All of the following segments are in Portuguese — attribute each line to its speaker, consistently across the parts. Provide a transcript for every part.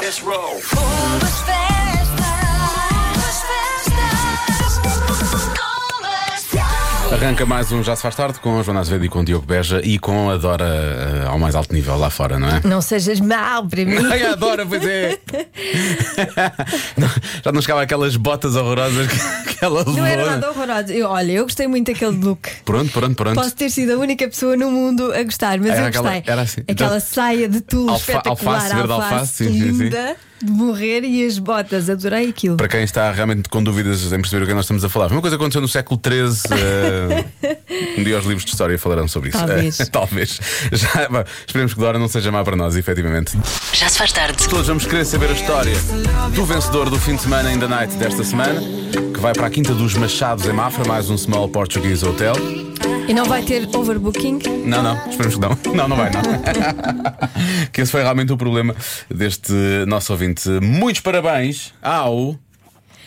Speaker 1: let's roll.
Speaker 2: Boas festas.
Speaker 3: Arranca mais um Já se faz tarde com a Joana Azevedo e com o Diogo Beja e com a Dora eh, ao mais alto nível lá fora, não é?
Speaker 4: Não sejas mal para mim.
Speaker 3: Ai, a Dora, pois é! Não, Já não chegava aquelas botas horrorosas que, que ela levou.
Speaker 4: Não era nada horroroso. Eu, olha, eu gostei muito daquele look.
Speaker 3: Pronto, pronto, pronto.
Speaker 4: Posso ter sido a única pessoa no mundo a gostar, mas
Speaker 3: Era
Speaker 4: eu
Speaker 3: aquela-
Speaker 4: gostei.
Speaker 3: era assim,
Speaker 4: Aquela
Speaker 3: então-
Speaker 4: saia de tule
Speaker 3: Alfa-
Speaker 4: espetacular,
Speaker 3: alface, verde alface, sim, sim, sim.
Speaker 4: linda de morrer e as botas, adorei aquilo.
Speaker 3: Para quem está realmente com dúvidas em perceber o que nós estamos a falar, uma coisa aconteceu no século XIII. eh, um dia os livros de história falarão sobre isso.
Speaker 4: Talvez.
Speaker 3: Eh, talvez. Já, bom, esperemos que Dora não seja má para nós, efetivamente.
Speaker 5: Já se faz tarde.
Speaker 3: Todos vamos querer saber a história do vencedor do fim de semana ainda night desta semana, que vai para a Quinta dos Machados em Mafra, mais um Small Portuguese Hotel.
Speaker 4: E não vai ter overbooking?
Speaker 3: Não, não, esperemos que não. Não, não vai, não. que esse foi realmente o problema deste nosso ouvinte. Muitos parabéns ao.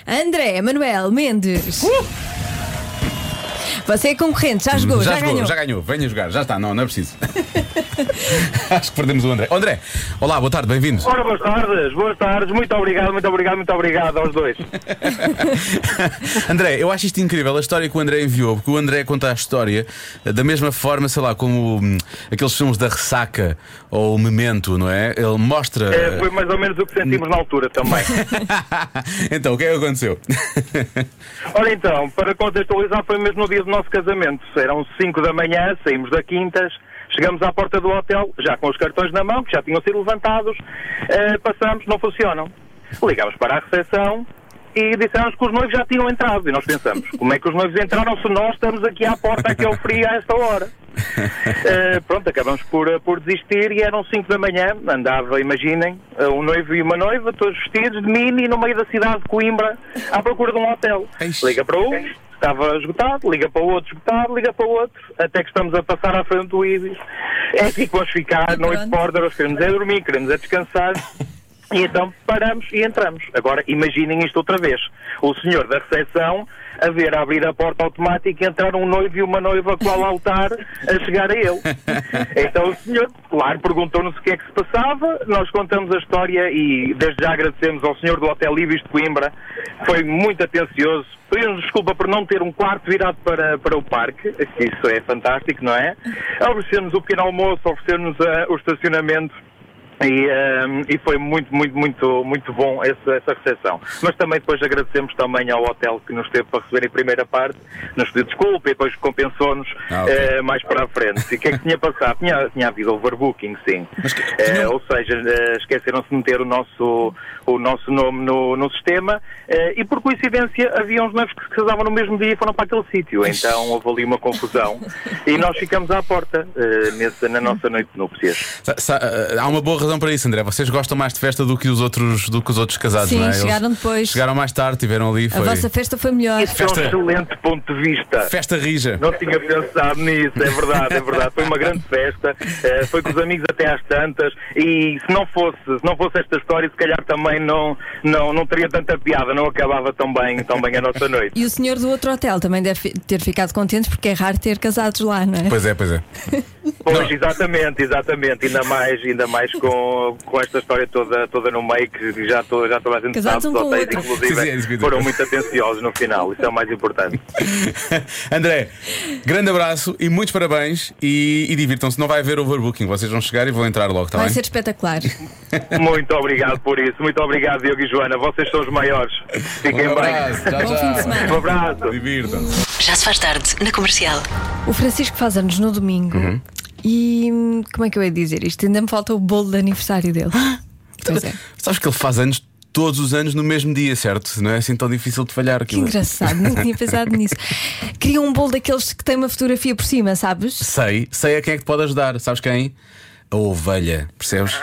Speaker 4: André Manuel
Speaker 3: Uh!
Speaker 4: Mendes. Você é concorrente, já jogou, já, ganhou.
Speaker 3: já ganhou. Venha jogar, já está, não, não é preciso. Acho que perdemos o André. Ô, André, olá, boa tarde, bem-vindo.
Speaker 6: Ora, boas tardes, boas tardes, muito obrigado, muito obrigado, muito obrigado aos dois.
Speaker 3: André, eu acho isto incrível, a história que o André enviou, porque o André conta a história eh, da mesma forma, sei lá, como hum, aqueles filmes da ressaca ou o memento, não é? Ele mostra.
Speaker 6: Eh, Foi mais ou menos o que sentimos na altura também.
Speaker 3: então, o que é que aconteceu?
Speaker 6: Ora então, para contextualizar, foi mesmo no dia do nosso casamento. Eram 5 da manhã, saímos da Quintas, chegamos à porta do hotel, já com os cartões na mão, que já tinham sido levantados, eh, passamos, não funcionam. Ligámos para a recepção e disseram que os noivos já tinham entrado. E nós pensamos, como é que os noivos entraram se nós estamos aqui à porta, aqui ao frio, a esta hora? Eh, pronto, acabamos por, eh, por desistir e eram 5 da manhã, andava, imaginem, eh, um noivo e uma noiva, todos vestidos de mini, no meio da cidade de Coimbra, à procura de um hotel.
Speaker 3: Eish.
Speaker 6: Liga para um, estava esgotado, liga para o outro, esgotado, liga para o outro, até que estamos a passar à frente do Ibis. É aqui que vamos ficar, não
Speaker 4: Pronto.
Speaker 6: importa, nós queremos é dormir, queremos é descansar. E então paramos e entramos. Agora imaginem isto outra vez. O senhor da recepção a ver a abrir a porta automática e entrar um noivo e uma noiva com o altar a chegar a ele. Então o senhor, claro, perguntou-nos o que é que se passava, nós contamos a história e desde já agradecemos ao senhor do Hotel Ibis de Coimbra, foi muito atencioso. Pedimos desculpa por não ter um quarto virado para, para o parque, que isso é fantástico, não é? Oferecemos o pequeno almoço, oferecemos ah, o estacionamento. E, ehm, e foi muito, muito, muito, muito bom essa, essa recepção. Mas também depois agradecemos também ao hotel que nos teve para receber em primeira parte, nos pediu desculpa e depois compensou-nos
Speaker 3: Ah, ok.
Speaker 6: eh, mais para a frente. E o que é que tinha passado? Tinha, tinha havido overbooking, sim.
Speaker 3: Mas que-
Speaker 6: Eh,
Speaker 3: tinha- um-
Speaker 6: ou seja, eh, esqueceram-se de meter o nosso, o nosso nome no, no sistema eh, e por coincidência havia uns noivos que se casavam no mesmo dia e foram para aquele sítio. Então houve ali uma confusão e nós ficamos à porta eh, nesse- na nossa noite de núpcias.
Speaker 3: Sa- sa- eh, Há uma boa razão para isso, André. Vocês gostam mais de festa do que os outros, do que os outros casados,
Speaker 4: Sim,
Speaker 3: não é? Eles
Speaker 4: chegaram depois.
Speaker 3: Chegaram mais tarde, tiveram ali.
Speaker 4: A
Speaker 3: Foi
Speaker 4: vossa festa foi melhor.
Speaker 6: Isso é um
Speaker 3: Festa-
Speaker 6: excelente ponto de vista.
Speaker 3: festa rija.
Speaker 6: Não tinha pensado nisso, é verdade, é verdade. Foi uma grande festa, eh, foi com os amigos até às tantas e se não fosse, se não fosse esta história, se calhar também não, não, não teria tanta piada, não acabava tão bem, tão bem a nossa noite.
Speaker 4: E o senhor do outro hotel também deve fi- ter ficado contente porque é raro ter casados lá, não é?
Speaker 3: Pois é, pois é.
Speaker 6: Pois, exatamente, exatamente, ainda mais, ainda mais com, com esta história toda, toda no meio que já, tô, já toda a gente
Speaker 4: Casados
Speaker 6: sabe,
Speaker 4: um
Speaker 6: os
Speaker 4: com o
Speaker 6: hotéis
Speaker 4: outro.
Speaker 3: Sim, sim, é isso que eu
Speaker 6: inclusive
Speaker 3: digo.
Speaker 6: foram muito atenciosos no final, isso é o mais importante.
Speaker 3: André, grande abraço e muitos parabéns. E, e divirtam-se. Não vai haver overbooking. Vocês vão chegar e vão entrar logo, está
Speaker 4: Vai
Speaker 3: tá bem?
Speaker 4: ser espetacular.
Speaker 6: Muito obrigado por isso, muito obrigado Diogo e Joana, vocês são os maiores. Fiquem
Speaker 3: Um
Speaker 6: bem.
Speaker 3: abraço. Tchau,
Speaker 4: Bom fim de
Speaker 3: tchau.
Speaker 4: semana.
Speaker 6: Um abraço.
Speaker 3: Divirtam-se.
Speaker 5: Já se faz tarde na comercial.
Speaker 4: O Francisco faz anos no domingo
Speaker 3: Uhum.
Speaker 4: e hum, como é que eu ia dizer isto? Ainda me falta o bolo de aniversário dele.
Speaker 3: Ah!
Speaker 4: Pois é.
Speaker 3: Sabes que ele faz anos todos os anos no mesmo dia, certo? Não é assim tão difícil de falhar
Speaker 4: Que
Speaker 3: aquilo.
Speaker 4: engraçado, não tinha pensado nisso. Queria um bolo daqueles que tem uma fotografia por cima, sabes?
Speaker 3: Sei, sei a quem é que te pode ajudar. Sabes quem? A ovelha, percebes?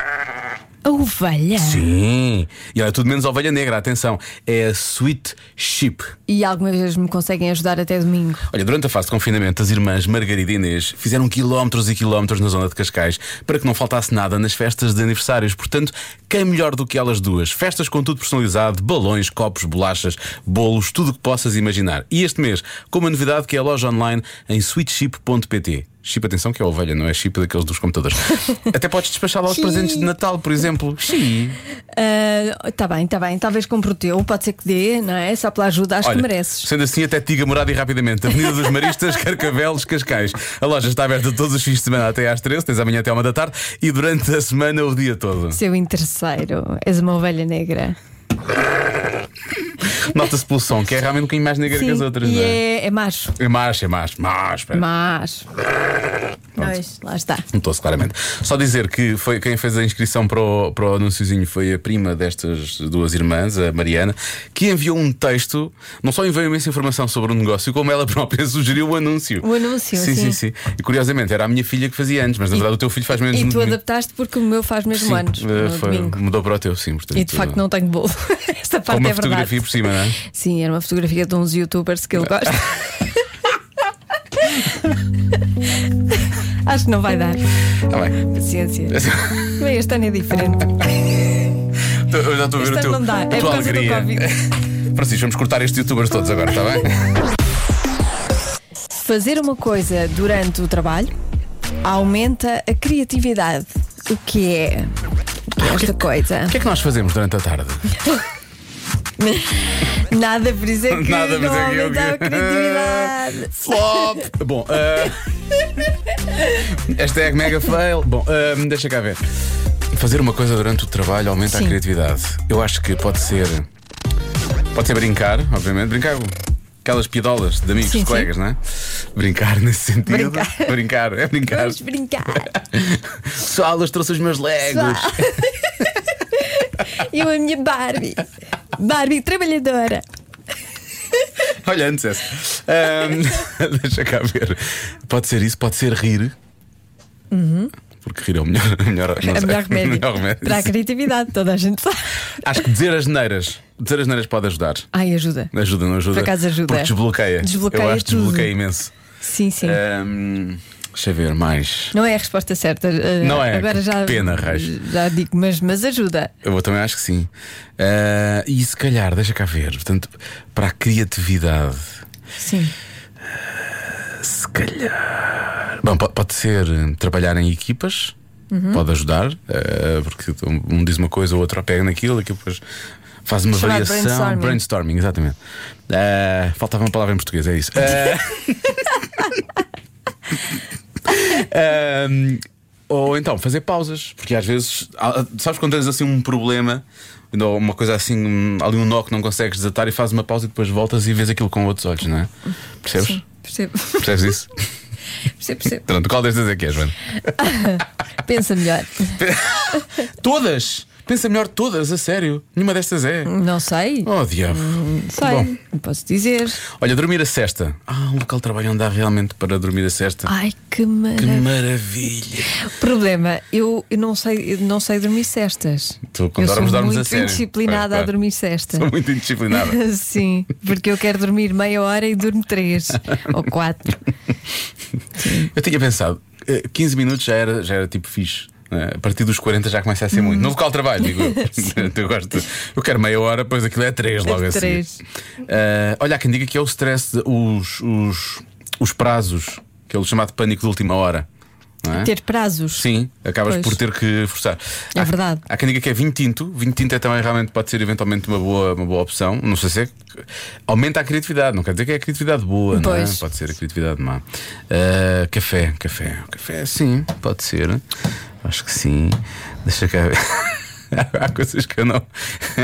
Speaker 4: A ovelha
Speaker 3: Sim. E olha, tudo menos a ovelha negra, atenção. É a Sweet Sheep.
Speaker 4: E alguma vez me conseguem ajudar até domingo.
Speaker 3: Olha, durante a fase de confinamento, as irmãs Margarida e Inês fizeram quilómetros e quilómetros na zona de Cascais para que não faltasse nada nas festas de aniversários. Portanto, quem melhor do que elas duas? Festas com tudo personalizado, balões, copos, bolachas, bolos, tudo o que possas imaginar. E este mês, com uma novidade que é a loja online em sweetship.pt. Chip, atenção que é ovelha, não é chip daqueles dos computadores. Até podes despachar lá os
Speaker 4: Chip.
Speaker 3: presentes de Natal, por exemplo. Xi.
Speaker 4: Está Ah, tá bem, está bem. Talvez compre o teu, pode ser que dê, não é? Só pela ajuda, acho
Speaker 3: Olha,
Speaker 4: que mereces.
Speaker 3: Sendo assim, até diga morada e rapidamente. Avenida dos Maristas, Carcavelos, Cascais. A loja está aberta todos os fins de semana até às 13, tens amanhã até à 1 da tarde e durante a semana o dia todo.
Speaker 4: Seu interesseiro, és uma ovelha negra.
Speaker 3: Nota-se pelo som, que é realmente um bocadinho mais negra que as outras,
Speaker 4: e
Speaker 3: não é?
Speaker 4: é, é macho.
Speaker 3: É macho, é macho, macho. pera.
Speaker 4: Mas. Pois, lá está.
Speaker 3: Notou-se claramente. Só dizer que foi quem fez a inscrição para o, para o anunciozinho foi a prima destas duas irmãs, a Mariana, que enviou um texto, não só enviou imensa informação sobre o negócio, como ela própria sugeriu o anúncio.
Speaker 4: O anúncio,
Speaker 3: sim. Sim,
Speaker 4: sim.
Speaker 3: sim. E curiosamente, era a minha filha que fazia antes, mas na verdade o teu filho faz menos
Speaker 4: E
Speaker 3: no
Speaker 4: tu
Speaker 3: domingo.
Speaker 4: adaptaste porque o meu faz mesmo
Speaker 3: Sim,
Speaker 4: anos.
Speaker 3: eh,
Speaker 4: no
Speaker 3: foi-
Speaker 4: domingo.
Speaker 3: mudou para o teu, sim.
Speaker 4: E de facto não tenho bolo. Esta
Speaker 3: Com
Speaker 4: parte
Speaker 3: uma
Speaker 4: é verdade.
Speaker 3: fotografia por cima, não é?
Speaker 4: Sim, era uma fotografia de uns youtubers que ele gosta. Acho que não vai dar.
Speaker 3: Tá bem.
Speaker 4: Paciência. Bem, este ano é diferente.
Speaker 3: Tô- Eu já estou a ver
Speaker 4: Este
Speaker 3: o teu.
Speaker 4: ano não dá.
Speaker 3: a
Speaker 4: É por
Speaker 3: tua
Speaker 4: causa do
Speaker 3: alegria.
Speaker 4: Covid.
Speaker 3: Francisco, vamos cortar estes youtubers todos agora, está bem?
Speaker 4: Fazer uma coisa durante o trabalho aumenta a criatividade. O que é? O que é esta coisa?
Speaker 3: O que é que nós fazemos durante a tarde?
Speaker 4: Nada por isso é que
Speaker 3: Nada por
Speaker 4: não
Speaker 3: isso é que eu-
Speaker 4: aumenta a criatividade.
Speaker 3: Flop! Bom, eh, hashtag mega fail. Bom, eh, deixa cá ver. Fazer uma coisa durante o trabalho aumenta a
Speaker 4: Sim.
Speaker 3: criatividade. Eu acho que pode ser. Pode ser brincar, obviamente. Brincar com aquelas piadolas de amigos,
Speaker 4: Sim,
Speaker 3: de
Speaker 4: sim.
Speaker 3: colegas, não é? Brincar nesse sentido.
Speaker 4: Brincar.
Speaker 3: Brincar, é brincar.
Speaker 4: Vamos brincar.
Speaker 3: Pessoal, eu trouxe os meus legos.
Speaker 4: Eu a minha Barbie. Barbie trabalhadora.
Speaker 3: Olha, antes essa. Ahm, deixa cá ver. Pode ser isso, pode ser rir. Porque rir é o melhor, a melhor, não
Speaker 4: Uhum. É
Speaker 3: sei,
Speaker 4: o melhor remédio.
Speaker 3: melhor remédio.
Speaker 4: Para a criatividade, toda a gente sabe.
Speaker 3: Acho que dizer as neiras. Dizer as neiras pode ajudar.
Speaker 4: Ai, ajuda.
Speaker 3: Ajuda, não ajuda?
Speaker 4: Por acaso ajuda.
Speaker 3: Porque desbloqueia.
Speaker 4: Desbloqueia
Speaker 3: Eu acho que
Speaker 4: tudo.
Speaker 3: desbloqueia imenso.
Speaker 4: Sim, sim.
Speaker 3: Eh, Ahm, deixa eu ver mais.
Speaker 4: Não é a resposta certa. eh,
Speaker 3: Não é.
Speaker 4: Agora já,
Speaker 3: Que pena, Raios.
Speaker 4: Já digo, mas, mas ajuda.
Speaker 3: Eu também acho que sim. Ah, e se calhar, deixa cá ver. Portanto, para a criatividade,
Speaker 4: Sim.
Speaker 3: se calhar. Bom, po- pode ser hum, trabalhar em equipas.
Speaker 4: Uhum.
Speaker 3: Pode ajudar, ah, porque um diz uma coisa, o outro pega naquilo, e depois faz uma
Speaker 4: Chamado
Speaker 3: variação.
Speaker 4: brainstorming.
Speaker 3: Brainstorming, exatamente. Ah, faltava uma palavra em português, é isso. Ah, Ahm, ehm, ou então fazer pausas, porque às vezes há- sabes quando tens assim um problema, ou uma coisa assim, um- ali um nó que não consegues desatar e fazes uma pausa e depois voltas e vês aquilo com outros olhos, não é? Percebes?
Speaker 4: Sim, percebo.
Speaker 3: Percebes isso?
Speaker 4: percebo, percebo.
Speaker 3: Pronto, qual destas é que é, Joana?
Speaker 4: Pensa melhor.
Speaker 3: Todas! Pensa melhor todas, a sério. Nenhuma destas é.
Speaker 4: Não sei.
Speaker 3: Oh diabo.
Speaker 4: sei.
Speaker 3: bom.
Speaker 4: Não posso dizer.
Speaker 3: Olha, dormir a cesta. Ah, um local de trabalho onde dá realmente para dormir a cesta.
Speaker 4: Ai, que
Speaker 3: Que
Speaker 4: maravilha.
Speaker 3: maravilha!
Speaker 4: Problema, eu, eu não sei, eu não sei dormir cestas.
Speaker 3: Tu, quando
Speaker 4: eu sou
Speaker 3: dormes, dormes a
Speaker 4: muito
Speaker 3: sério.
Speaker 4: indisciplinada
Speaker 3: Pois,
Speaker 4: a
Speaker 3: pois.
Speaker 4: dormir cesta.
Speaker 3: Sou muito indisciplinada.
Speaker 4: Sim, porque eu quero dormir meia hora e durmo três ou quatro.
Speaker 3: Eu tinha pensado, eh, 15 minutos já era, já era tipo fixe. não é? A partir dos 40 já começa a ser
Speaker 4: Uhum.
Speaker 3: muito. No local de trabalho, digo eu. eu, gosto, eu quero meia hora, pois aquilo é 3 logo
Speaker 4: É
Speaker 3: assim.
Speaker 4: três.
Speaker 3: olha, há quem diga que é o stress, de- os, os, os prazos, que é o chamado pânico de última hora. não é?
Speaker 4: Ter prazos.
Speaker 3: Sim, acabas
Speaker 4: Pois.
Speaker 3: por ter que forçar.
Speaker 4: É
Speaker 3: Há-
Speaker 4: verdade.
Speaker 3: Há quem diga que é vinho tinto. Vinho tinto é também realmente pode ser eventualmente uma boa, uma boa opção. Não sei se é. Aumenta a criatividade, não quer dizer que é a criatividade boa, não é?
Speaker 4: Pois.
Speaker 3: Pode ser a criatividade má. Ah, café, café. Café, sim, pode ser. Acho que sim. Deixa cá ver. Há coisas que eu não.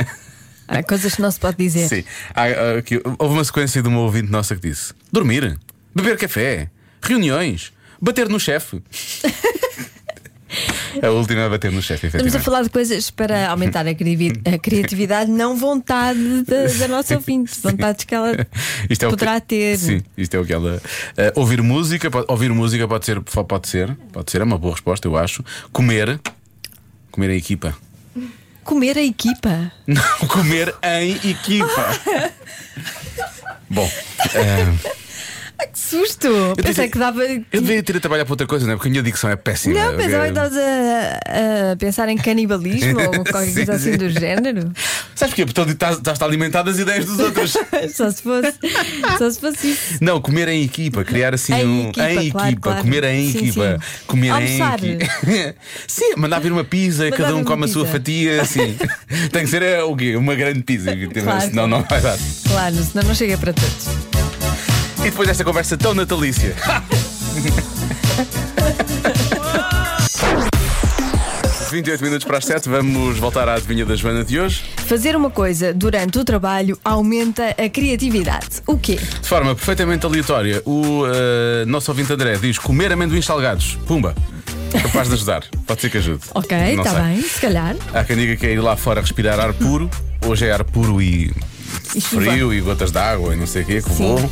Speaker 4: Há coisas que não se pode dizer.
Speaker 3: Sim. Há, ah, aqui, houve uma sequência de uma ouvinte nossa que disse: dormir, beber café, reuniões, bater no chefe. a última é bater no chefe,
Speaker 4: Estamos a
Speaker 3: efetivamente.
Speaker 4: falar de coisas para aumentar a, crivi- a criatividade, não vontade da, da nossa ouvinte, vontades que ela
Speaker 3: Isto é o que-
Speaker 4: poderá ter.
Speaker 3: Sim, isto é o que ela. Ah, ouvir música, pode, ouvir música pode ser, pode ser, pode ser, é uma boa resposta, eu acho. Comer, comer em equipa.
Speaker 4: Comer a equipa.
Speaker 3: Não, comer em equipa. Bom, ah,
Speaker 4: Que susto! Pensei
Speaker 3: devia-
Speaker 4: que dava.
Speaker 3: eu devia ter a trabalhar para outra coisa, não é? Porque a minha dicção é péssima.
Speaker 4: Não, pensava que
Speaker 3: Eu-
Speaker 4: estavas a, a pensar em canibalismo ou qualquer
Speaker 3: Sim,
Speaker 4: coisa assim
Speaker 3: sim.
Speaker 4: do género.
Speaker 3: Sabes porquê? Porque tu estás, estás a alimentar das ideias dos outros.
Speaker 4: Só se fosse, só se fosse isso.
Speaker 3: Não, comer em equipa, criar assim
Speaker 4: Em
Speaker 3: um.
Speaker 4: equipa,
Speaker 3: em
Speaker 4: claro,
Speaker 3: equipa,
Speaker 4: claro.
Speaker 3: comer em
Speaker 4: Sim,
Speaker 3: equipa.
Speaker 4: sim.
Speaker 3: Comer
Speaker 4: Almoçar.
Speaker 3: em equipa. sim, mandar vir uma pizza,
Speaker 4: Mandar
Speaker 3: cada um
Speaker 4: vir
Speaker 3: come
Speaker 4: uma
Speaker 3: a sua
Speaker 4: pizza.
Speaker 3: fatia, assim. Tem que ser é, o quê? Uma grande pizza,
Speaker 4: Claro.
Speaker 3: senão não vai dar.
Speaker 4: Claro, senão não chega para todos.
Speaker 3: E depois desta conversa tão natalícia. ...28 minutos para as 7, vamos voltar à adivinha da Joana de hoje.
Speaker 4: Fazer uma coisa durante o trabalho aumenta a criatividade. O quê?
Speaker 3: De forma perfeitamente aleatória, o eh, nosso ouvinte André diz comer amendoins salgados. Pumba! Capaz de ajudar. Pode ser que ajude.
Speaker 4: Ok,
Speaker 3: Não
Speaker 4: está
Speaker 3: sei.
Speaker 4: bem, se calhar.
Speaker 3: Há quem diga que é ir lá fora respirar ar puro. Hoje é ar puro e.
Speaker 4: E chuva.
Speaker 3: Frio e gotas de água e não sei o quê, que
Speaker 4: Sim.
Speaker 3: voo.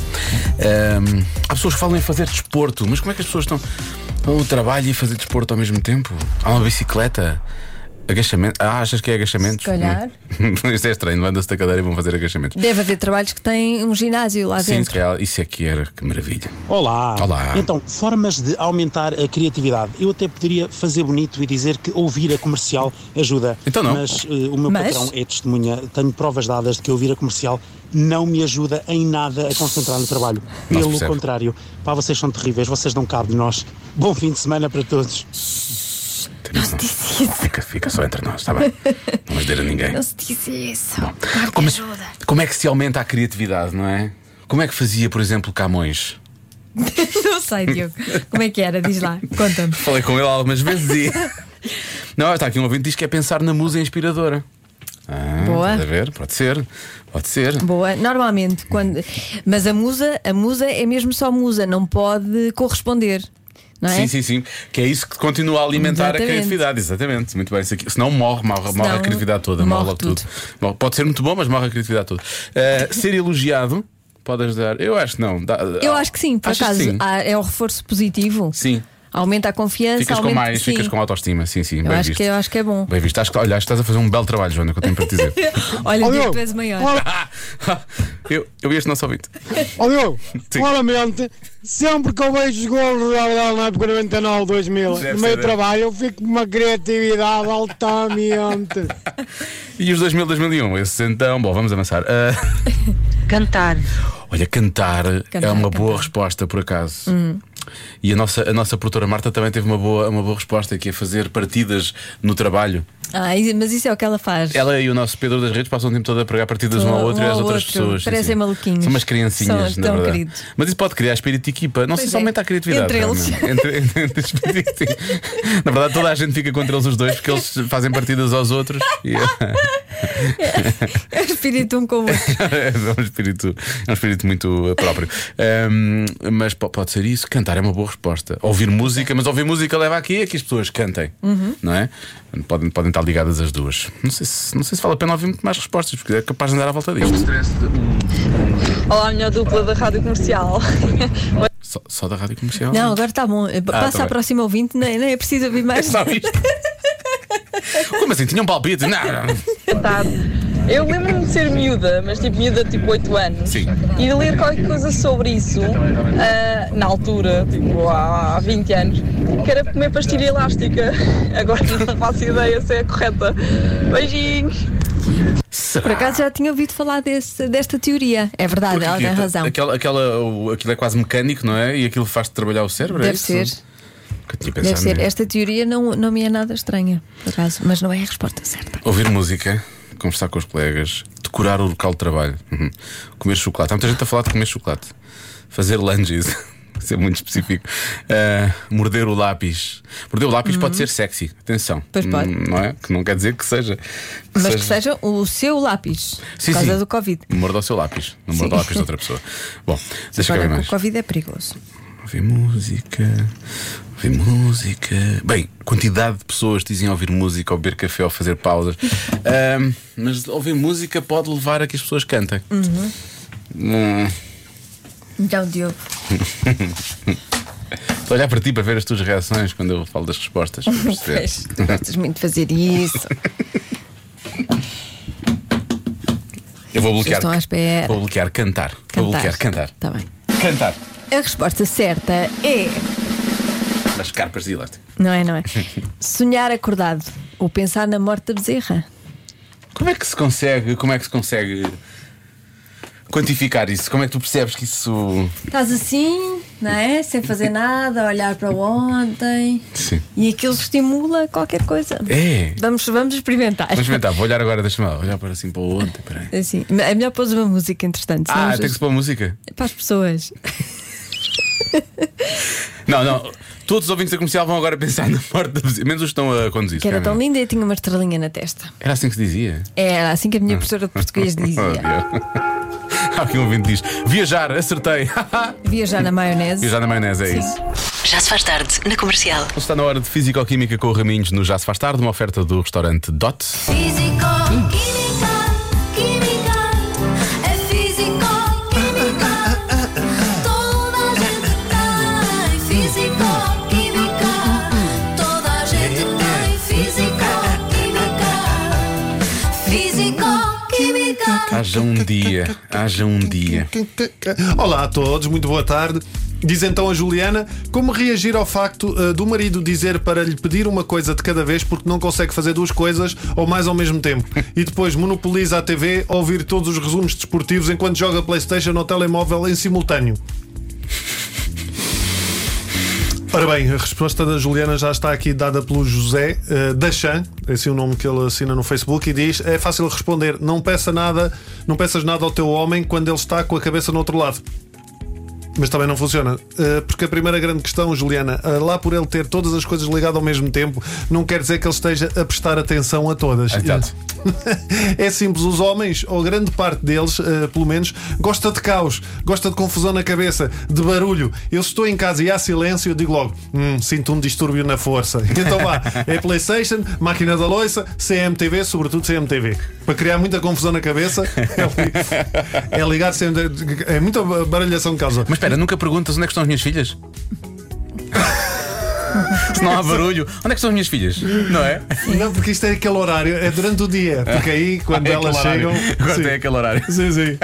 Speaker 3: há pessoas que falam em fazer desporto, mas como é que as pessoas estão estão no trabalho e a fazer desporto ao mesmo tempo? Há uma bicicleta? Agachamento? Ah, achas que é agachamento?
Speaker 4: Se calhar.
Speaker 3: Isto é estranho, levando-se da cadeira e vão fazer agachamentos.
Speaker 4: Deve haver trabalhos que têm um ginásio lá
Speaker 3: Sim,
Speaker 4: dentro.
Speaker 3: real, isso é que era, que maravilha.
Speaker 1: Olá.
Speaker 3: Olá.
Speaker 1: Então, formas de aumentar a criatividade. Eu até poderia fazer bonito e dizer que ouvir a comercial ajuda.
Speaker 3: Então não.
Speaker 1: Mas eh, o meu
Speaker 4: Mas?
Speaker 1: patrão é testemunha. Tenho provas dadas de que ouvir a comercial não me ajuda em nada a concentrar no trabalho.
Speaker 3: Não se
Speaker 1: Pelo
Speaker 3: percebe.
Speaker 1: contrário. Pá, vocês são terríveis, vocês dão cabo de nós. Bom fim de semana para todos.
Speaker 3: Fica, fica só entre nós, está bem? Não vais dizer a ninguém.
Speaker 4: Não se disse isso.
Speaker 3: Como, se- como é que se aumenta a criatividade, não é? Como é que fazia, por exemplo, Camões?
Speaker 4: não sei, Diogo. Como é que era? Diz lá, conta-me.
Speaker 3: Falei com ele algumas vezes e. Não, está aqui um ouvinte que diz que é pensar na musa inspiradora. Ah,
Speaker 4: Boa.
Speaker 3: estás a ver? Pode ser, pode ser.
Speaker 4: Boa, normalmente, quando... mas a musa, a musa é mesmo só musa, não pode corresponder, não é?
Speaker 3: Sim, sim, sim. Que é isso que continua a alimentar
Speaker 4: Exatamente.
Speaker 3: a criatividade, exatamente. Muito bem, isso aqui. Senão morre, morre, morre a
Speaker 4: Senão
Speaker 3: criatividade toda,
Speaker 4: morre
Speaker 3: morre logo tudo.
Speaker 4: tudo.
Speaker 3: Morre- Pode ser muito bom, mas morre a criatividade toda. Ah, ser elogiado pode ajudar? Eu acho que não. Dá-
Speaker 4: Eu acho que sim, por
Speaker 3: Achas que
Speaker 4: acaso
Speaker 3: sim?
Speaker 4: há- é um reforço positivo.
Speaker 3: Sim.
Speaker 4: Aumenta a confiança,
Speaker 3: Ficas com
Speaker 4: aumenta...
Speaker 3: mais,
Speaker 4: sim.
Speaker 3: ficas com autoestima, sim, sim.
Speaker 4: eu
Speaker 3: bem
Speaker 4: acho,
Speaker 3: visto.
Speaker 4: que, eu acho que é bom.
Speaker 3: Bem visto. Acho que, olha, acho que estás a fazer um belo trabalho, Joana, que eu tenho para te dizer.
Speaker 4: Olha,
Speaker 7: Olha,
Speaker 4: Diogo, tu és o maior.
Speaker 3: eu, eu e este nosso ouvinte.
Speaker 7: Ó meu,
Speaker 3: Sim.
Speaker 7: claramente, sempre que eu vejo os golos do Real na época 99, 2000,
Speaker 3: Deve
Speaker 7: no
Speaker 3: ser, né?
Speaker 7: meu
Speaker 3: deve.
Speaker 7: trabalho, eu fico com uma criatividade altamente.
Speaker 3: E os 2000, 2001, esse então, bom, vamos avançar. Ah,
Speaker 8: Cantar.
Speaker 3: olha, cantar, é
Speaker 4: Cantar,
Speaker 3: uma boa
Speaker 4: cantar.
Speaker 3: resposta, por acaso. E a nossa, a nossa produtora Marta também teve uma boa, uma boa resposta, que é fazer partidas no trabalho.
Speaker 4: Ah, e- mas isso é o que ela faz.
Speaker 3: Ela e o nosso Pedro das Redes passam o tempo todo a pregar partidas um ao
Speaker 4: Um
Speaker 3: outro e
Speaker 4: ao
Speaker 3: às outras
Speaker 4: outro.
Speaker 3: pessoas. sim,
Speaker 4: Parecem
Speaker 3: sim.
Speaker 4: maluquinhos.
Speaker 3: São umas criancinhas,
Speaker 4: São
Speaker 3: na
Speaker 4: tão
Speaker 3: verdade.
Speaker 4: queridos.
Speaker 3: Mas isso pode criar espírito de equipa. Não sei
Speaker 4: Pois
Speaker 3: se
Speaker 4: é.
Speaker 3: aumenta a criatividade.
Speaker 4: Entre eles.
Speaker 3: realmente. Entre- entre os espíritos, sim. na verdade, toda a gente fica contra eles os dois porque eles fazem partidas aos outros. E
Speaker 4: É espírito um com o outro.
Speaker 3: é um espírito, é um espírito muito eh, próprio. Ahm, mas po- pode ser isso. Cantar é uma boa resposta. Ouvir música, mas ouvir música leva aqui a que as pessoas cantem,
Speaker 4: Uhum.
Speaker 3: não é? Podem, podem estar ligadas as duas. Não sei, se, não sei se vale a pena ouvir muito mais respostas, porque é capaz de andar à volta disto.
Speaker 9: Olá, minha dupla da Rádio Comercial.
Speaker 3: Só, só da rádio comercial.
Speaker 4: Não, agora está bom.
Speaker 3: tá
Speaker 4: Passa
Speaker 3: bem.
Speaker 4: à próxima ouvinte, nem, nem é preciso ouvir
Speaker 3: É
Speaker 4: mais.
Speaker 3: só isto. Como assim? Tinha um palpite? Não, não.
Speaker 9: Cantar. Eu lembro-me de ser miúda, mas tipo miúda de tipo 8 anos.
Speaker 3: Sim.
Speaker 9: E de ler qualquer coisa sobre isso, ah, na altura, tipo há, há 20 anos, que era comer pastilha elástica. Agora não faço ideia se é correta. Beijinhos.
Speaker 4: Por acaso já tinha ouvido falar desse- desta teoria. É verdade,
Speaker 3: Porque
Speaker 4: ela tem
Speaker 3: aquilo-
Speaker 4: razão.
Speaker 3: Aquela, aquela, o- aquilo é quase mecânico, não é? E aquilo faz-te trabalhar o cérebro? é
Speaker 4: Deve
Speaker 3: isso?
Speaker 4: ser.
Speaker 3: Que eu tinha
Speaker 4: Deve
Speaker 3: pensado
Speaker 4: ser.
Speaker 3: nisso.
Speaker 4: Esta teoria não, não me é nada estranha, por acaso, mas não é a resposta certa.
Speaker 3: Ouvir música, conversar com os colegas, decorar o local de trabalho, Uhum. comer chocolate. Há muita gente a falar de comer chocolate. Fazer lunges, isso é muito específico. Ah, morder o lápis. Morder o lápis pode ser sexy, atenção.
Speaker 4: Uhum. Pois pode.
Speaker 3: Hum, Não é? Que não quer dizer que seja.
Speaker 4: Mas que seja o seu lápis,
Speaker 3: Sim,
Speaker 4: por causa
Speaker 3: sim.
Speaker 4: do Covid.
Speaker 3: Morda o seu lápis, não morda o lápis de outra pessoa. Bom, deixa cá ver
Speaker 4: Agora, com o
Speaker 3: mais.
Speaker 4: Covid é perigoso.
Speaker 3: Ouvir música, ouvir música. Bem, quantidade de pessoas dizem ouvir música, ou beber café, ou fazer pausas. Ahm, mas ouvir música pode levar a que as pessoas cantem. Hum,
Speaker 4: Então, Diogo.
Speaker 3: Estou a olhar para ti para ver as tuas reações quando eu falo das respostas. para perceber.
Speaker 4: Pois, é tu gostas muito de fazer isso.
Speaker 3: Eu vou bloquear.
Speaker 4: estão à espera.
Speaker 3: Vou bloquear cantar. Vou bloquear cantar.
Speaker 4: Está Tá bem.
Speaker 3: Cantar.
Speaker 4: A resposta certa é.
Speaker 3: Nas carpas de elástico.
Speaker 4: Não é, não é? Sonhar acordado ou pensar na morte da bezerra.
Speaker 3: Como é que se consegue? Como é que se consegue quantificar isso? Como é que tu percebes que isso.
Speaker 4: Estás assim, não é? Sem fazer nada, a olhar para ontem.
Speaker 3: Sim.
Speaker 4: E aquilo estimula qualquer coisa.
Speaker 3: É.
Speaker 4: Vamos, vamos experimentar.
Speaker 3: Vamos experimentar, vou olhar agora, deixa-me lá, olhar para assim para ontem, peraí.
Speaker 4: Assim, é melhor pôs uma música, entretanto. senão
Speaker 3: Ah,
Speaker 4: as-
Speaker 3: tem que se pôr música?
Speaker 4: Para as pessoas.
Speaker 3: Não, não. Todos os ouvintes da comercial vão agora pensar na morte da vizinha, menos os que estão a conduzir.
Speaker 4: Que era
Speaker 3: claramente.
Speaker 4: tão linda e tinha uma estrelinha na testa.
Speaker 3: Era assim que se dizia. Oh,
Speaker 4: Era assim que a minha professora de português dizia.
Speaker 3: Há aqui um ouvinte que diz: Viajar, acertei.
Speaker 4: Viajar na maionese.
Speaker 3: Viajar na maionese, é isso.
Speaker 5: Já se faz tarde na comercial.
Speaker 3: Está na hora de Físico-Química com o Raminhos no Já Se Faz Tarde, uma oferta do restaurante Dot.
Speaker 2: Físico, química, química. É físico, química. Toda a gente tem físico, química. Toda a gente tem físico, química. Físico, química.
Speaker 3: Haja um dia, haja um dia.
Speaker 8: Olá a todos, muito boa tarde. Diz então a Juliana como reagir ao facto eh, do marido dizer para lhe pedir uma coisa de cada vez porque não consegue fazer duas coisas ou mais ao mesmo tempo e depois monopoliza a TV a ouvir todos os resumos desportivos enquanto joga PlayStation ou telemóvel em simultâneo. Ora bem, a resposta da Juliana já está aqui dada pelo José eh, Dachan, é assim o nome que ele assina no Facebook, e diz: é fácil responder, não peça nada, não peças nada ao teu homem quando ele está com a cabeça no outro lado. Mas também não funciona. Eh, porque a primeira grande questão, Juliana, eh, lá por ele ter todas as coisas ligadas ao mesmo tempo, não quer dizer que ele esteja a prestar atenção a todas.
Speaker 3: Exato.
Speaker 8: é simples, os homens, ou grande parte deles, eh, pelo menos, gosta de caos, gosta de confusão na cabeça, de barulho. Eu se estou em casa e há silêncio, eu digo logo: "Hum, sinto um distúrbio na força. Então vá, é PlayStation, máquina da loiça, CMTV, sobretudo CMTV. Para criar muita confusão na cabeça, é li- é ligar CMTV, é muita baralhação de causa.
Speaker 3: Mas espera, nunca perguntas onde é que estão as minhas filhas? Se não há barulho, onde é que estão as minhas filhas? Não é?
Speaker 8: Não, porque isto é aquele horário, é durante o dia. Porque aí, quando
Speaker 3: É
Speaker 8: elas
Speaker 3: aquele horário.
Speaker 8: chegam.
Speaker 3: Agora
Speaker 8: Sim.
Speaker 3: tem aquele horário.
Speaker 8: Sim, sim.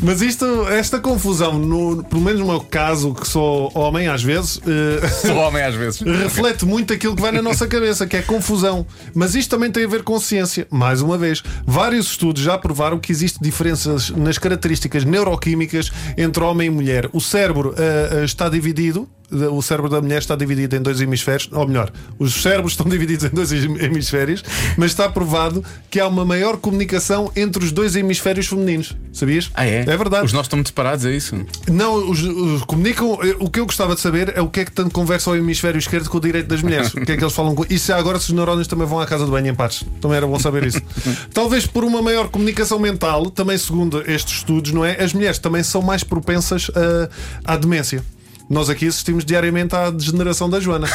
Speaker 8: Mas isto, esta confusão, no, pelo menos no meu caso, que sou homem às vezes, eh,
Speaker 3: Sou homem às vezes.
Speaker 8: reflete muito aquilo que vai na nossa cabeça, que é confusão. Mas isto também tem a ver com ciência. Mais uma vez, vários estudos já provaram que existem diferenças nas características neuroquímicas entre homem e mulher. O cérebro ah, ah, está dividido. eh, O cérebro da mulher está dividido em dois hemisférios, ou melhor, os cérebros estão divididos em dois hemisférios, mas está provado que há uma maior comunicação entre os dois hemisférios femininos. Sabias?
Speaker 3: Ah, é?
Speaker 8: É verdade.
Speaker 3: Os nossos estão muito separados, é isso?
Speaker 8: Não, os, os comunicam. eh, O que eu gostava de saber é o que é que tanto conversa o hemisfério esquerdo com o direito das mulheres. O que é que eles falam com. Isso é agora se os neurónios também vão à casa de banho em pares. Também era bom saber isso. Talvez por uma maior comunicação mental, também segundo estes estudos, não é? As mulheres também são mais propensas a- à demência. Nós aqui assistimos diariamente à degeneração da Joana.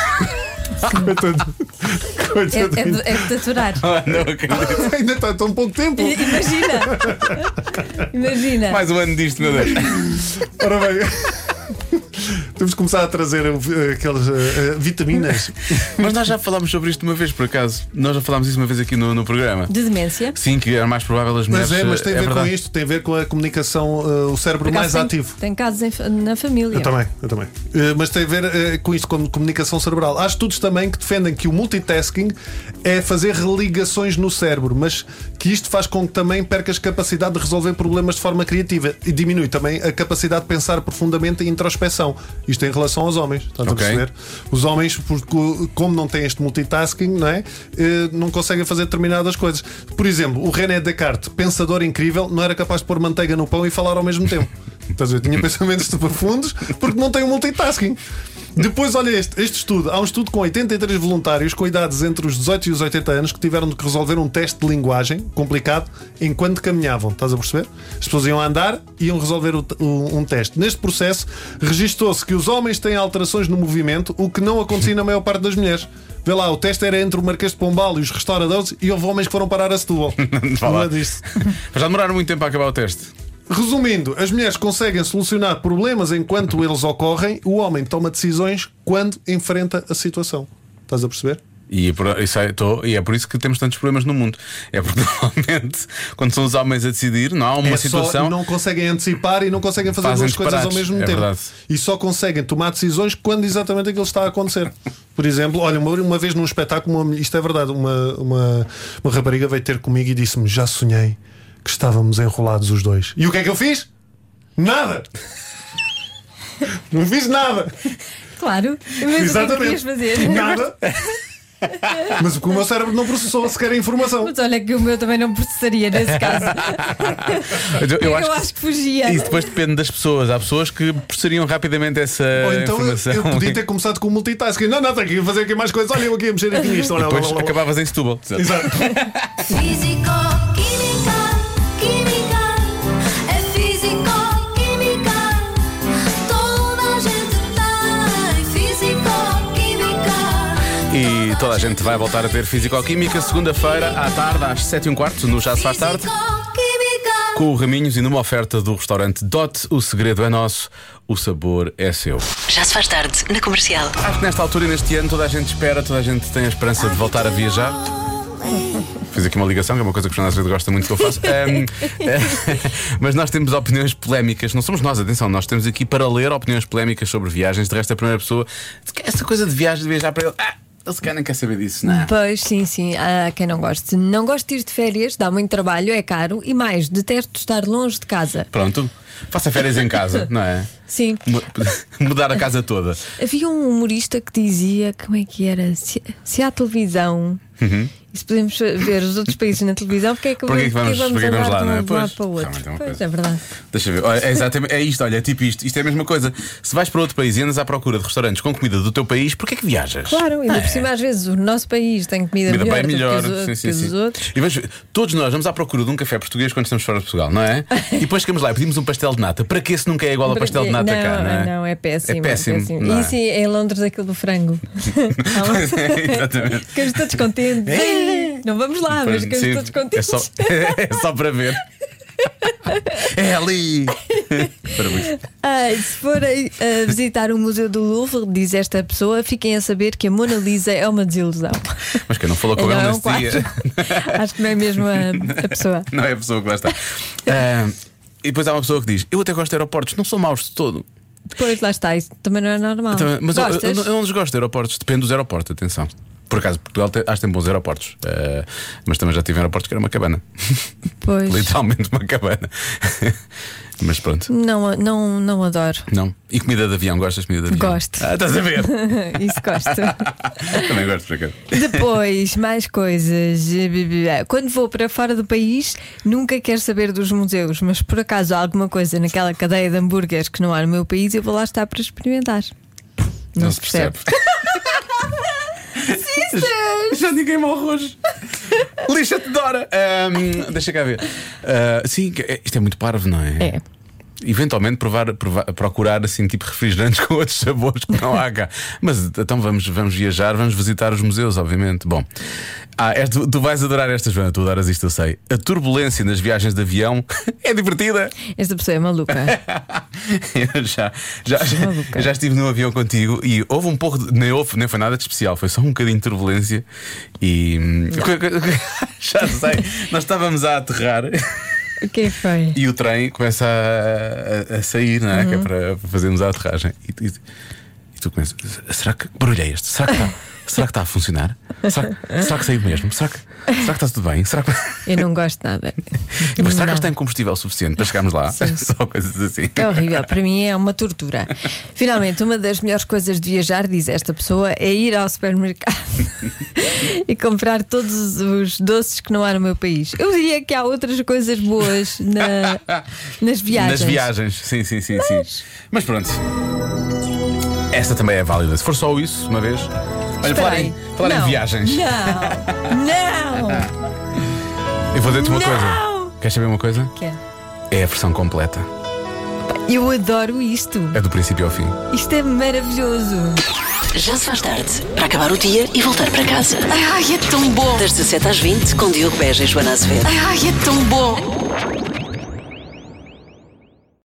Speaker 4: É,
Speaker 8: Coitado-
Speaker 4: é,
Speaker 8: coitadinho.
Speaker 4: de- é de aturar.
Speaker 3: Ah, não acredito.
Speaker 8: Ainda está tão pouco tempo.
Speaker 4: I- Imagina! Imagina!
Speaker 3: Mais um ano disto, meu Deus.
Speaker 8: Ora bem. Temos de começar a trazer eh, aquelas eh, eh, vitaminas.
Speaker 3: Mas nós já falámos sobre isto uma vez, por acaso. Nós já falámos isso uma vez aqui no, no programa.
Speaker 4: De demência.
Speaker 3: Sim, que era mais provável as mulheres. eh,
Speaker 8: Mas é, mas tem a ver com
Speaker 3: verdade.
Speaker 8: isto, tem a ver com a comunicação, eh, o cérebro mais
Speaker 4: Caso tem-
Speaker 8: ativo.
Speaker 4: Tem casos em fa- na família.
Speaker 8: Eu também, eu também. Eh, Mas tem a ver eh, com isto, com comunicação cerebral. Há estudos também que defendem que o multitasking é fazer religações no cérebro, mas que isto faz com que também percas capacidade de resolver problemas de forma criativa e diminui também a capacidade de pensar profundamente e introspecção. Isto em relação aos homens, estás
Speaker 3: Ok.
Speaker 8: a perceber? Os homens, porque, como não têm este multitasking, não, é? Eh, não conseguem fazer determinadas coisas. Por exemplo, o René Descartes, pensador incrível, não era capaz de pôr manteiga no pão e falar ao mesmo tempo. Estás a ver? Tinha pensamentos de profundos porque não tem o multitasking. Depois, olha este, este estudo. Há um estudo com 83 voluntários com idades entre os 18 e os 80 anos que tiveram de resolver um teste de linguagem complicado enquanto caminhavam. Estás a perceber? As pessoas iam andar e iam resolver o- o- um teste. Neste processo, registou-se que os homens têm alterações no movimento, o que não acontecia na maior parte das mulheres. Vê lá, o teste era entre o Marquês de Pombal e os restauradores e houve homens que foram parar a Setúbal.
Speaker 3: Vá lá.
Speaker 8: Não é disto.
Speaker 3: Mas já demoraram muito tempo a acabar o teste.
Speaker 8: Resumindo, as mulheres conseguem solucionar problemas enquanto eles ocorrem, o homem toma decisões quando enfrenta a situação. Estás a perceber?
Speaker 3: E, é por- isso é- tô- e é por isso que temos tantos problemas no mundo. É porque normalmente, quando são os homens a decidir, não há uma
Speaker 8: é
Speaker 3: situação.
Speaker 8: só, não conseguem antecipar e não conseguem fazer
Speaker 3: Fazem
Speaker 8: duas coisas ao
Speaker 3: disparates,
Speaker 8: mesmo
Speaker 3: é
Speaker 8: tempo.
Speaker 3: verdade.
Speaker 8: E só conseguem tomar decisões quando exatamente aquilo está a acontecer. Por exemplo, olha, uma, uma vez num espetáculo, uma, mulher- isto é verdade, uma, uma, uma rapariga veio ter comigo e disse-me: Já sonhei que estávamos enrolados os dois. E o que é que eu fiz? Nada! não fiz nada!
Speaker 4: Claro. Mas o que é que querias fazer?
Speaker 8: Nada! Mas o que o meu cérebro não processou sequer a informação.
Speaker 4: Mas olha que o meu também não processaria nesse caso.
Speaker 3: Eu, eu acho
Speaker 4: eu
Speaker 3: que-
Speaker 4: acho que é. fugia.
Speaker 3: Isso depois depende das pessoas. Há pessoas que processariam rapidamente essa
Speaker 8: Ou então eu,
Speaker 3: informação.
Speaker 8: eu podia ter começado com o multitasking. Não, não, tenho que fazer aqui mais coisas. Olha, eu aqui a mexer aqui nisto. Olha,
Speaker 3: Depois
Speaker 8: blá, blá, blá.
Speaker 3: acabavas em Setúbal.
Speaker 8: Exato.
Speaker 2: Físico, química, química, é físico, química. Toda a gente tem físico, química.
Speaker 3: E toda a gente vai voltar a ter Físico-Química segunda-feira à tarde, às 7 h quarto no Já Se Faz Tarde,
Speaker 2: Físico-química.
Speaker 3: com o Raminhos e numa oferta do restaurante Dot. O segredo é nosso, o sabor é seu.
Speaker 5: Já se faz tarde na comercial.
Speaker 3: Acho que nesta altura e neste ano toda a gente espera, toda a gente tem a esperança de voltar a viajar.
Speaker 2: É.
Speaker 3: Fiz aqui uma ligação, que é uma coisa que o Fernando Azevedo gosta muito que eu faço. Ahm, eh, mas nós temos opiniões polémicas, não somos nós, atenção, nós temos aqui para ler opiniões polémicas sobre viagens. De resto, a primeira pessoa, essa coisa de viagem, de viajar para ele, ah, ele se calhar nem quer saber disso, não é?
Speaker 4: Pois, sim, sim, há quem não goste. Não gosto de ir de férias, dá muito trabalho, é caro e mais, detesto estar longe de casa.
Speaker 3: Pronto, faça férias em casa, não é?
Speaker 4: Sim.
Speaker 3: Mu- Mudar a casa toda.
Speaker 4: Havia um humorista que dizia como é que era? Se, se há televisão e se podemos ver os outros países na televisão, porque é que,
Speaker 3: Uhum. Porquê que
Speaker 4: porque
Speaker 3: vamos- porquê que vamos
Speaker 4: andar
Speaker 3: lá,
Speaker 4: de um
Speaker 3: não é?
Speaker 4: lado
Speaker 3: Pois,
Speaker 4: para o outro?
Speaker 3: realmente é uma
Speaker 4: pois
Speaker 3: coisa.
Speaker 4: é verdade.
Speaker 3: Deixa eu ver. Olha, é exatamente, é isto, olha, é tipo isto. Isto é a mesma coisa. Se vais para outro país e andas à procura de restaurantes com comida do teu país, porquê é que viajas?
Speaker 4: Claro, ainda
Speaker 3: Não é?
Speaker 4: por cima, às vezes, o nosso país tem comida,
Speaker 3: Comida
Speaker 4: melhor,
Speaker 3: bem é melhor.
Speaker 4: do que os,
Speaker 3: sim, sim,
Speaker 4: que os
Speaker 3: sim.
Speaker 4: outros.
Speaker 3: E vamos ver, todos nós vamos à procura de um café português quando estamos fora de Portugal, não é? E depois chegamos lá e pedimos um pastel de nata. Para que esse nunca é igual ao
Speaker 4: Para
Speaker 3: pastel de
Speaker 4: quê?
Speaker 3: nata
Speaker 4: não,
Speaker 3: cá, não é?
Speaker 4: Não, é péssimo.
Speaker 3: É péssimo. não
Speaker 4: E
Speaker 3: é?
Speaker 4: sim, em Londres, aquilo do frango.
Speaker 3: Pois é, exatamente.
Speaker 4: Ficamos todos contentes. Ei, não vamos lá, Ah, mas ficamos
Speaker 3: Sim,
Speaker 4: todos
Speaker 3: é
Speaker 4: contentes.
Speaker 3: só, é só para ver. É ali!
Speaker 4: Ah, se for a, a visitar o Museu do Louvre, diz esta pessoa, fiquem a saber que a Mona Lisa é uma desilusão.
Speaker 3: Mas quem não falou com
Speaker 4: não
Speaker 3: ela
Speaker 4: é um
Speaker 3: nesse dia.
Speaker 4: quadro. Acho que não é mesmo a, a pessoa.
Speaker 3: Não é a pessoa que lá está. Ah, e depois há uma pessoa que diz: Eu até gosto de aeroportos, não sou maus de todo.
Speaker 4: Depois lá está, isso também não é normal.
Speaker 3: Também- Então, mas eu, eu- eu
Speaker 4: Gostas?
Speaker 3: não- eu não desgosto de aeroportos, depende dos aeroportos, atenção. Por acaso, Portugal tem, acho que tem bons aeroportos, Ah, mas também já tive aeroportos que era uma cabana.
Speaker 4: Pois.
Speaker 3: Literalmente uma cabana. mas pronto,
Speaker 4: Não, não, não adoro.
Speaker 3: não. E comida de avião, gostas de comida de avião?
Speaker 4: Gosto.
Speaker 3: Ah, estás a ver?
Speaker 4: Isso gosto.
Speaker 3: Também gosto, por acaso.
Speaker 4: Depois, mais coisas. Eh, Quando vou para fora do país, nunca quero saber dos museus, mas por acaso há alguma coisa naquela cadeia de hambúrgueres que não há no meu país, eu vou lá estar para experimentar. Não, se percebe.
Speaker 3: Já ninguém morre hoje. Lixa-te, Dora! Ahm, deixa cá ver. Ah, sim, que- é- isto é muito parvo, não é?
Speaker 4: É.
Speaker 3: Eventualmente provar, provar- procurar assim tipo refrigerantes com outros sabores que não há cá. Mas então vamos, vamos viajar, vamos visitar os museus, obviamente. Bom, ah, és- tu, tu vais adorar esta, Joana, tu adoras isto, eu sei. A turbulência nas viagens de avião é divertida.
Speaker 4: Esta pessoa é maluca.
Speaker 3: Eu já, já,
Speaker 4: maluca.
Speaker 3: já estive num avião contigo e houve um pouco, de, nem, houve, nem foi nada de especial, foi só um bocadinho de turbulência e hum, já sei, nós estávamos a aterrar
Speaker 4: O que foi?
Speaker 3: e o trem começa a, a- a sair, não é?
Speaker 4: Uhum.
Speaker 3: Que é para fazermos a aterragem. E, e- e tu começas, será que barulho é este? Será que está, será que está a funcionar? Será, que- será que saiu mesmo? Será que, será que está tudo bem? Será que.
Speaker 4: Eu não gosto de nada.
Speaker 3: E depois, será que
Speaker 4: Não.
Speaker 3: eles têm combustível suficiente para chegarmos lá?
Speaker 4: Sim.
Speaker 3: Só coisas assim.
Speaker 4: É horrível, para mim é uma tortura. Finalmente, uma das melhores coisas de viajar, diz esta pessoa, é ir ao supermercado e comprar todos os doces que não há no meu país. Eu diria que há outras coisas boas na- nas viagens.
Speaker 3: Nas viagens, sim, sim, sim, sim. Mas pronto. Esta também é válida. Se for só isso, uma vez. Olha,
Speaker 4: Espera
Speaker 3: falar em,
Speaker 4: aí.
Speaker 3: falar em
Speaker 4: Não,
Speaker 3: viagens.
Speaker 4: Não, não,
Speaker 3: Eu vou dizer-te uma
Speaker 4: Não!
Speaker 3: coisa. Queres saber uma coisa?
Speaker 4: Quero.
Speaker 3: É a versão completa.
Speaker 4: Eu adoro isto.
Speaker 3: É do princípio ao fim.
Speaker 4: Isto é maravilhoso.
Speaker 5: Já se faz tarde para acabar o dia e voltar para casa. Ai, é tão bom! Das 17 às 20 com Diogo Beja e Joana Azevedo. Ai, é tão bom!